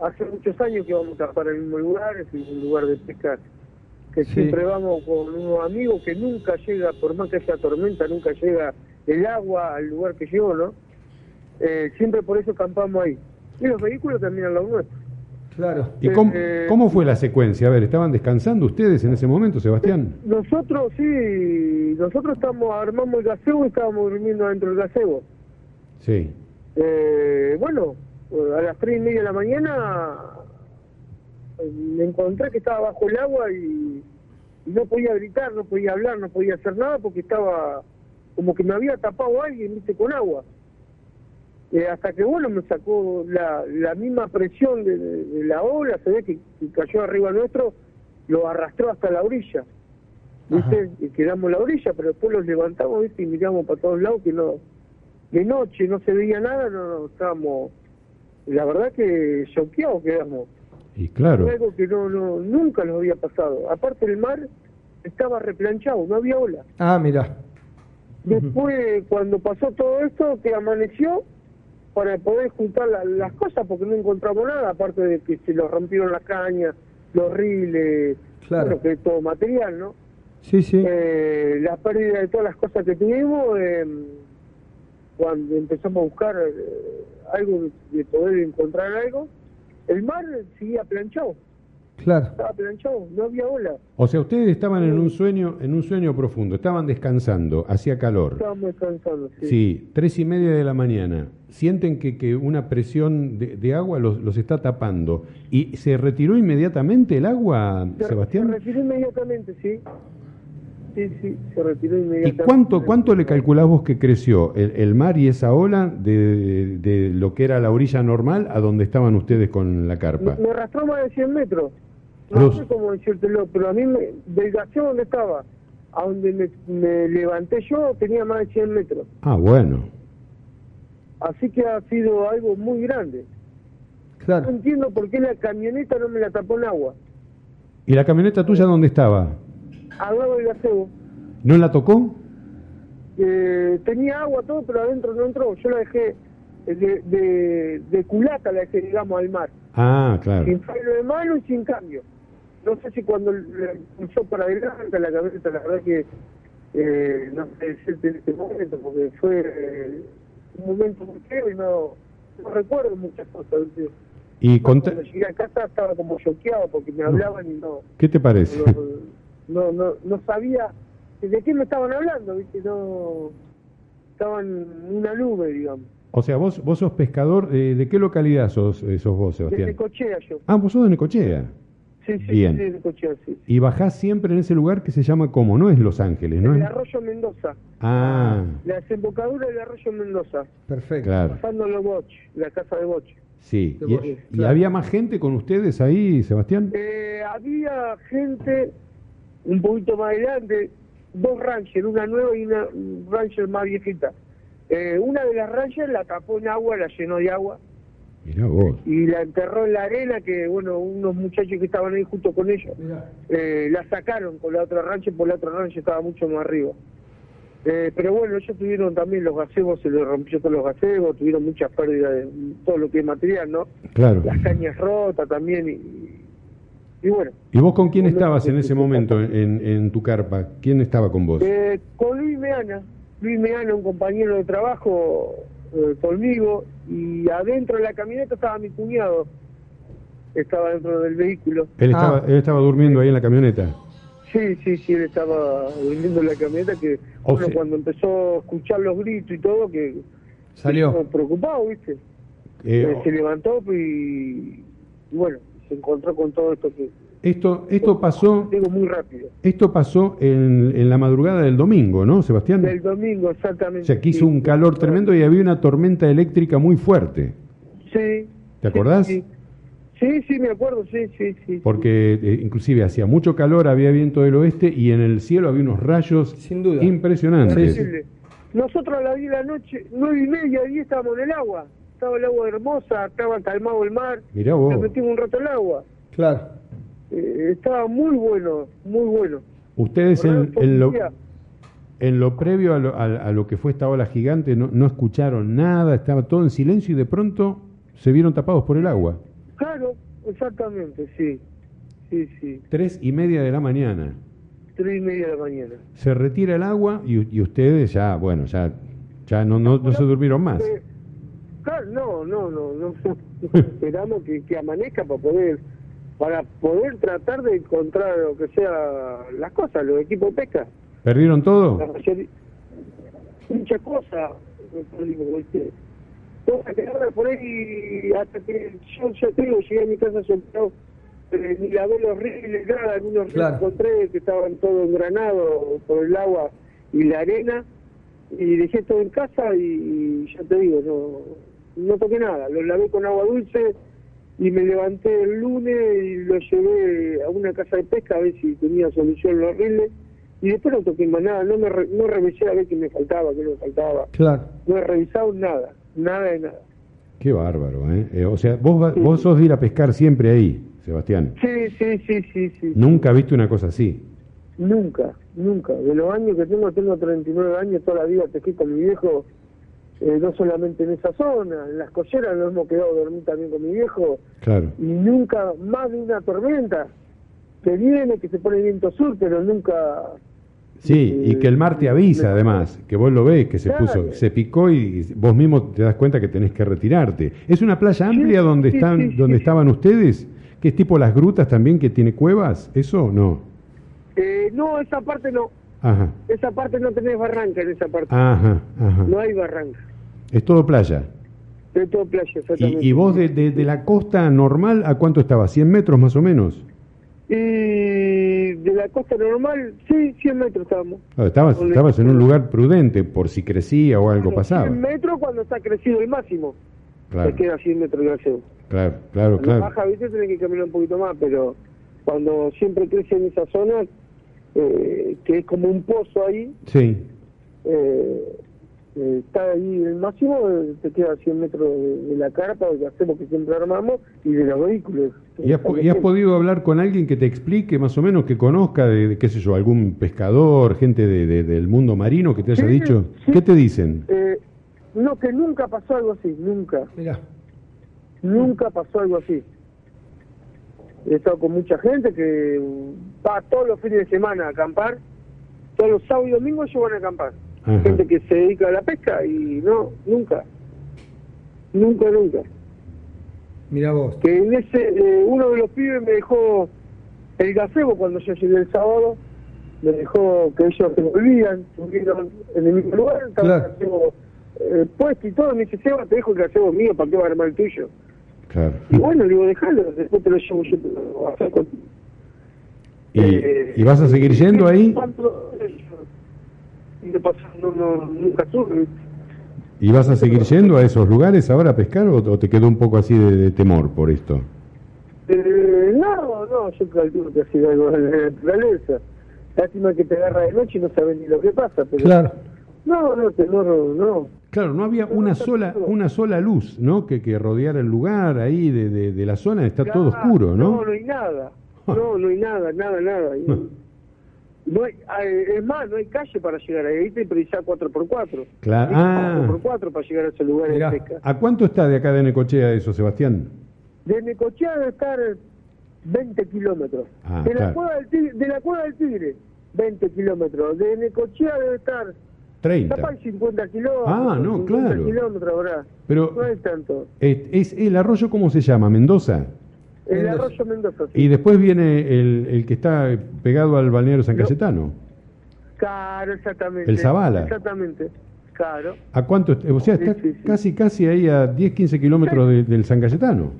hace muchos años que vamos a para el mismo lugar, es un lugar de pesca que Sí. siempre vamos con unos amigos que nunca llega, por más que haya tormenta, nunca llega el agua al lugar que yo, ¿no? Eh, siempre por eso campamos ahí. Y los vehículos también al lado nuestro. Claro. ¿Y cómo, Eh, cómo fue la secuencia? A ver, ¿estaban descansando ustedes en ese momento, Sebastián? Nosotros sí, nosotros estamos, armamos el gasebo y estábamos durmiendo dentro del gasebo. Sí. Eh, bueno, eh, a las tres y media de la mañana eh, me encontré que estaba bajo el agua y, y no podía gritar, no podía hablar, no podía hacer nada porque estaba como que me había tapado alguien, viste, con agua. Eh, hasta que, bueno, me sacó la, la misma presión de, de- de la ola, se ve que, que cayó arriba nuestro, lo arrastró hasta la orilla. Ajá. ¿viste? Y quedamos en la orilla, pero después los levantamos, ¿viste? Y miramos para todos lados que no... De noche no se veía nada, no, no, estábamos... La verdad que choqueados quedamos. Y claro. Fue algo que no, no, nunca nos había pasado. Aparte el mar estaba replanchado, no había ola. Ah, mira. Después, cuando pasó todo esto, que amaneció para poder juntar la- las cosas, porque no encontramos nada, aparte de que se los rompieron las cañas, los riles, Claro. bueno, que es todo material, ¿no? Sí, sí. Eh, la pérdida de todas las cosas que tuvimos, eh, cuando empezamos a buscar eh, algo, de poder encontrar algo, el mar seguía planchado, Claro. estaba planchado, no había ola. O sea, ustedes estaban en un sueño, en un sueño profundo, estaban descansando, hacía calor. Estábamos descansando. sí. Sí, tres y media de la mañana. Sienten que, que una presión de, de agua los, los está tapando. ¿Y se retiró inmediatamente el agua, Se- Se Sebastián? retiró inmediatamente, sí. Sí, sí, se retiró ¿Y inmediatamente. cuánto, cuánto le calculás vos que creció el, el mar y esa ola de, de lo que era la orilla normal a donde estaban ustedes con la Me, carpa? me arrastró más de 100 metros. No Los- sé cómo decírtelo, pero a mí, me, del gaseo donde estaba, a donde me, me levanté yo, tenía más de 100 metros. Ah, bueno. Así que ha sido algo muy grande. No Claro. entiendo por qué la camioneta no me la tapó en agua. ¿Y la camioneta tuya dónde estaba? Al lado del gaseo. ¿No la tocó? Eh, tenía agua todo, pero adentro no entró. Yo la dejé eh, de, de, de culata, la dejé, digamos, al mar. Ah, claro. sin freno de mano y sin cambio. No sé si cuando la impulsó para adelante la cabeza, la verdad que eh, no sé decirte en este momento, porque fue eh, un momento muy feo y no, no recuerdo muchas cosas. ¿viste? Y contá- Cuando llegué a casa estaba como choqueado porque me hablaban y no ¿Qué te parece? no, no, no, no sabía de qué me estaban hablando, ¿viste? No, estaban en una nube, digamos. O sea, vos, vos sos pescador, eh, ¿de qué localidad sos, eh, sos vos, Desde Sebastián? cochea yo. Ah, vos sos de Necochea. Sí, sí, Bien. sí, desde cochea, sí. Y bajás siempre en ese lugar que se llama como, no es Los Ángeles, ¿no? El es? arroyo Mendoza. Ah, La desembocadura del arroyo Mendoza, Perfecto. claro. pasando los Boch, la casa de Boch. Sí. De ¿Y, Borges, y claro. había más gente con ustedes ahí, Sebastián? Eh, había gente un poquito más adelante, dos ranchers, una nueva y una un rancher más viejita. Eh, una de las ranchers la tapó en agua, la llenó de agua Mirá vos. y la enterró en la arena que, bueno, unos muchachos que estaban ahí junto con ella Mirá. eh, la sacaron con la otra rancha, por la otra rancha estaba mucho más arriba. Eh, pero bueno, ellos tuvieron también los gazebos, se les rompió todos los gazebos, tuvieron muchas pérdidas de todo lo que es material, ¿no? Claro. Las cañas rotas también y, y bueno. ¿Y vos con quién estabas en ese momento en, en tu carpa? ¿Quién estaba con vos? Eh, con Luis Meana, Luis Meana, un compañero de trabajo eh, conmigo, y adentro de la camioneta estaba mi cuñado, estaba dentro del vehículo. Él estaba, Ah. él estaba durmiendo ahí en la camioneta. Sí, sí, sí, él estaba durmiendo en la camioneta que O bueno, sea- cuando empezó a escuchar los gritos y todo, que Salió. estaba preocupado, ¿viste? Eh, Eh, se levantó y, y bueno, se encontró con todo esto que esto, esto pasó, digo muy rápido. esto pasó en, en la madrugada del domingo, ¿no, Sebastián? El domingo, O exactamente. sea, que hizo sí. un calor tremendo y había una tormenta eléctrica muy fuerte. Sí. ¿Te acordás? Sí, sí, sí, me acuerdo, sí, sí, sí. Porque eh, inclusive hacía mucho calor, había viento del oeste y en el cielo había unos rayos Sin duda. impresionantes. Sí, sí. Terrible. Nosotros a las 10 de la noche, nueve y media, 10 estábamos en el agua. Estaba el agua hermosa, estaba calmado el mar. Mirá Nos vos, metimos un rato al agua. Claro. Eh, estaba muy bueno, muy bueno. ustedes en, Fue en un lo, día- en lo previo a lo, a- a lo que fue esta ola gigante no, no escucharon nada, estaba todo en silencio y de pronto se vieron tapados por el agua. Claro, exactamente, sí. Sí, sí. Tres y media de la mañana. Tres y media de la mañana. Se retira el agua y, y ustedes ya, bueno, ya, ya no, no, no se durmieron más. Eh, claro, no, no, no, no. Esperamos que, que amanezca para poder para poder tratar de encontrar lo que sea las cosas, los equipos de pesca. ¿Perdieron La todo? mayoría- muchas cosas, me perdimos, ¿viste? Cosas que ahora por ahí, hasta que yo, yo te digo, llegué a mi casa soltado, eh, ni lavé los riles, nada, algunos riles Claro. encontré que estaban todos engranados por el agua y la arena, y dejé todo en casa y, y ya te digo, no, no toqué nada, los lavé con agua dulce y me levanté el lunes y lo llevé a una casa de pesca a ver si tenía solución los riles y después no toqué más nada, no me re- no revisé a ver qué me faltaba, qué no me faltaba, Claro. no he revisado nada, nada de nada. Qué bárbaro, ¿eh? Eh, o sea, vos, va- vos sos de ir a pescar siempre ahí, Sebastián. Sí, sí, sí, sí, sí. Nunca viste una cosa así. Nunca, nunca. De los años que tengo, tengo 39 años, toda la vida pesqué con mi viejo, eh, no solamente en esa zona, en las colleras nos hemos quedado a dormir también con mi viejo, Claro. y nunca más de una tormenta que viene, que se pone viento sur, pero nunca... Sí, y que el mar te avisa además, que vos lo ves, que se Claro. puso, se picó y vos mismo te das cuenta que tenés que retirarte. Es una playa amplia Sí, donde sí, están, sí, sí. donde estaban ustedes, que es tipo las grutas también que tiene cuevas, eso no. Eh, no, esa parte no, Ajá, esa parte no tenés barranca en esa Ah. parte, ajá, ajá. no hay barranca, Es todo playa. es todo playa, exactamente. Y, y vos de, de- de la costa normal, ¿a cuánto estaba? ¿100 metros más o menos? Y de la costa normal, sí, 100 metros estábamos. Ah, estabas, Donde- estabas en un lugar prudente por si crecía o algo Bueno, pasaba. 100 metros cuando está crecido el máximo. Claro, Se queda 100 metros de acebo. claro, claro, Cuando claro. baja, viste, tenés que caminar un poquito más, pero cuando siempre crece en esa zona, eh, que es como un pozo ahí, Sí, eh, eh, está ahí el máximo, eh, te queda 100 metros de, de la carpa, del acebo que siempre armamos, y de los vehículos. ¿Y has, po- y has podido hablar con alguien que te explique más o menos, que conozca, de, de, qué sé yo, algún pescador, gente de- de- del mundo marino que te haya Sí, dicho? sí. ¿Qué te dicen? Eh, no, que nunca pasó algo así, nunca. Mirá. Nunca pasó algo así. He estado con mucha gente que mm, va todos los fines de semana a acampar. Todos los sábados y domingos ellos van a acampar. Ajá. Gente que se dedica a la pesca y no, nunca. Nunca, nunca. Mirá vos. Que en ese, eh, uno de los pibes me dejó el gazebo cuando yo llegué el sábado. Me dejó que ellos se volvían, estuvieron en el mismo lugar, estaba Claro. el gazebo eh, puesto y todo. Me dice, Seba, te dejo el gazebo mío, ¿para qué va a armar el tuyo? Claro. Y bueno, le digo, dejalo, después te lo llevo yo. te lo voy a hacer con- ¿Y, Eh, y vas a seguir yendo ahí? Y de paso, no, no, nunca sube. ¿Y vas a seguir yendo a esos lugares ahora a pescar o, o te quedó un poco así de, de temor por esto? Eh, no, no, yo calculo que ha sido algo de la naturaleza. Lástima que te agarra de noche y no sabes ni lo que pasa. Pero... Claro. No, no, te no, no. Claro, no había una sola una sola luz, ¿no? Que, que rodeara el lugar ahí de, de- de la zona, está todo Ah, oscuro, ¿no? Ah. No, no hay nada. No, no hay nada, nada, nada. Y- No hay, ah, eh, es más, no hay calle para llegar ahí. Ahí te precisás 4x4. Claro, ah. 4x4 para llegar a ese lugar Mirá. de pesca. ¿A cuánto está de acá de Necochea eso, Sebastián? De Necochea debe estar 20 kilómetros. Ah, de, claro. la cueva del tigre, de la Cueva del Tigre, 20 kilómetros. De Necochea debe estar 30. capaz 50 kilómetros. Ah, no, 50 claro. kilómetros habrá. Pero- no es tanto. Es, es el arroyo, ¿cómo se llama? Mendoza. El Mendoza. arroyo Mendoza. sí. Y después viene el, el que está pegado al balneario San No. Cayetano. Claro, exactamente. El Zabala. Exactamente. Claro. ¿A cuánto? est- O sea, Sí, está sí, sí. casi, casi ahí a 10, 15 kilómetros de- del San Cayetano.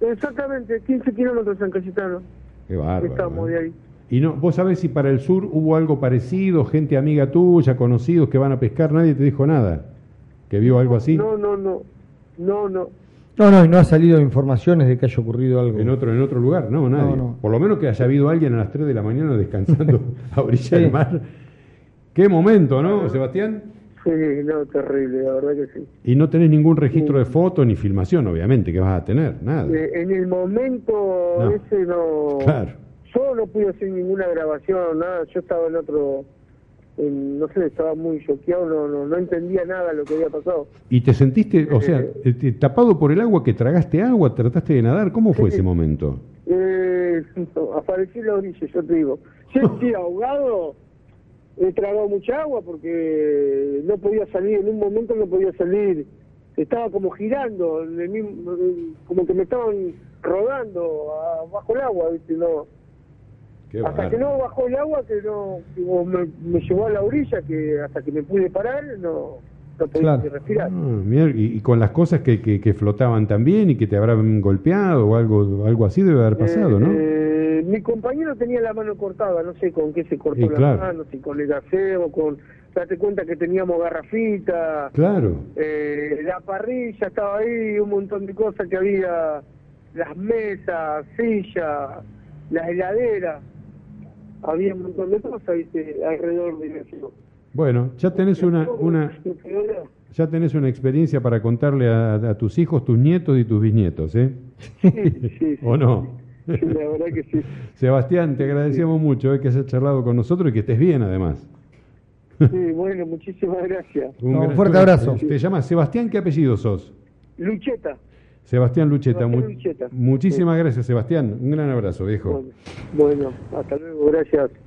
Exactamente, 15 kilómetros de San Cayetano. Qué bárbaro. Estamos ¿eh? de ahí. Y no, vos sabés si para el sur hubo algo parecido, gente amiga tuya, conocidos que van a pescar, nadie te dijo nada. ¿Que vio algo así? No, no, no. No, no. No, no, y no ha salido informaciones de que haya ocurrido algo. En otro, en otro lugar, no, No, nadie. no. Por lo menos que haya habido alguien a las 3 de la mañana descansando a orilla del Sí. mar. Qué momento, ¿no, Sebastián? Sí, no, terrible, la verdad que sí. Y no tenés ningún registro de foto ni filmación, obviamente, que vas a tener, nada. Eh, en el momento No. ese no. Claro. Yo no pude hacer ninguna grabación, nada. Yo estaba en otro eh, no sé, estaba muy choqueado, no, no, no entendía nada lo que había pasado. ¿Y te sentiste, o Eh. sea, este, tapado por el agua, que tragaste agua, trataste de nadar? ¿Cómo fue ese momento? Eh, aparecí en la orilla, yo te digo. Yo estoy ahogado, he tragado mucha agua porque no podía salir, en un momento no podía salir. Estaba como girando, en el mismo- como que me estaban rodando a- bajo el agua, ¿viste? No, Qué hasta que bárbaro. no bajó el agua, que no que o me, me llevó a la orilla, que hasta que me pude parar, no, no podía Claro. ni respirar. Ah, mirá, y, y con las cosas que, que- que flotaban también y que te habrán golpeado o algo, algo así debe haber pasado, ¿no? Eh, eh, mi compañero tenía la mano cortada, no sé con qué se cortó Y la claro. mano, si con el gazebo, con... Date cuenta que teníamos garrafita, Claro. eh, la parrilla estaba ahí, un montón de cosas que había, las mesas, sillas, las heladeras, había un montón de cosas ¿viste? alrededor de eso. Bueno, ya tenés eh, una, una, ya tenés una experiencia para contarle a, a tus hijos, tus nietos y tus bisnietos, ¿eh? Sí, sí, sí. ¿O no? Sí, la verdad que sí. Sebastián, te agradecemos mucho eh, que hayas charlado con nosotros y que estés bien además. Sí, bueno, muchísimas gracias. No, un gran- fuerte abrazo. Te llamas Sebastián, ¿qué apellido sos? Lucheta. Sebastián Lucheta. Sebastián mu- Lucheta. Muchísimas gracias, Sebastián. Un gran abrazo, viejo. Bueno, bueno, hasta luego, gracias.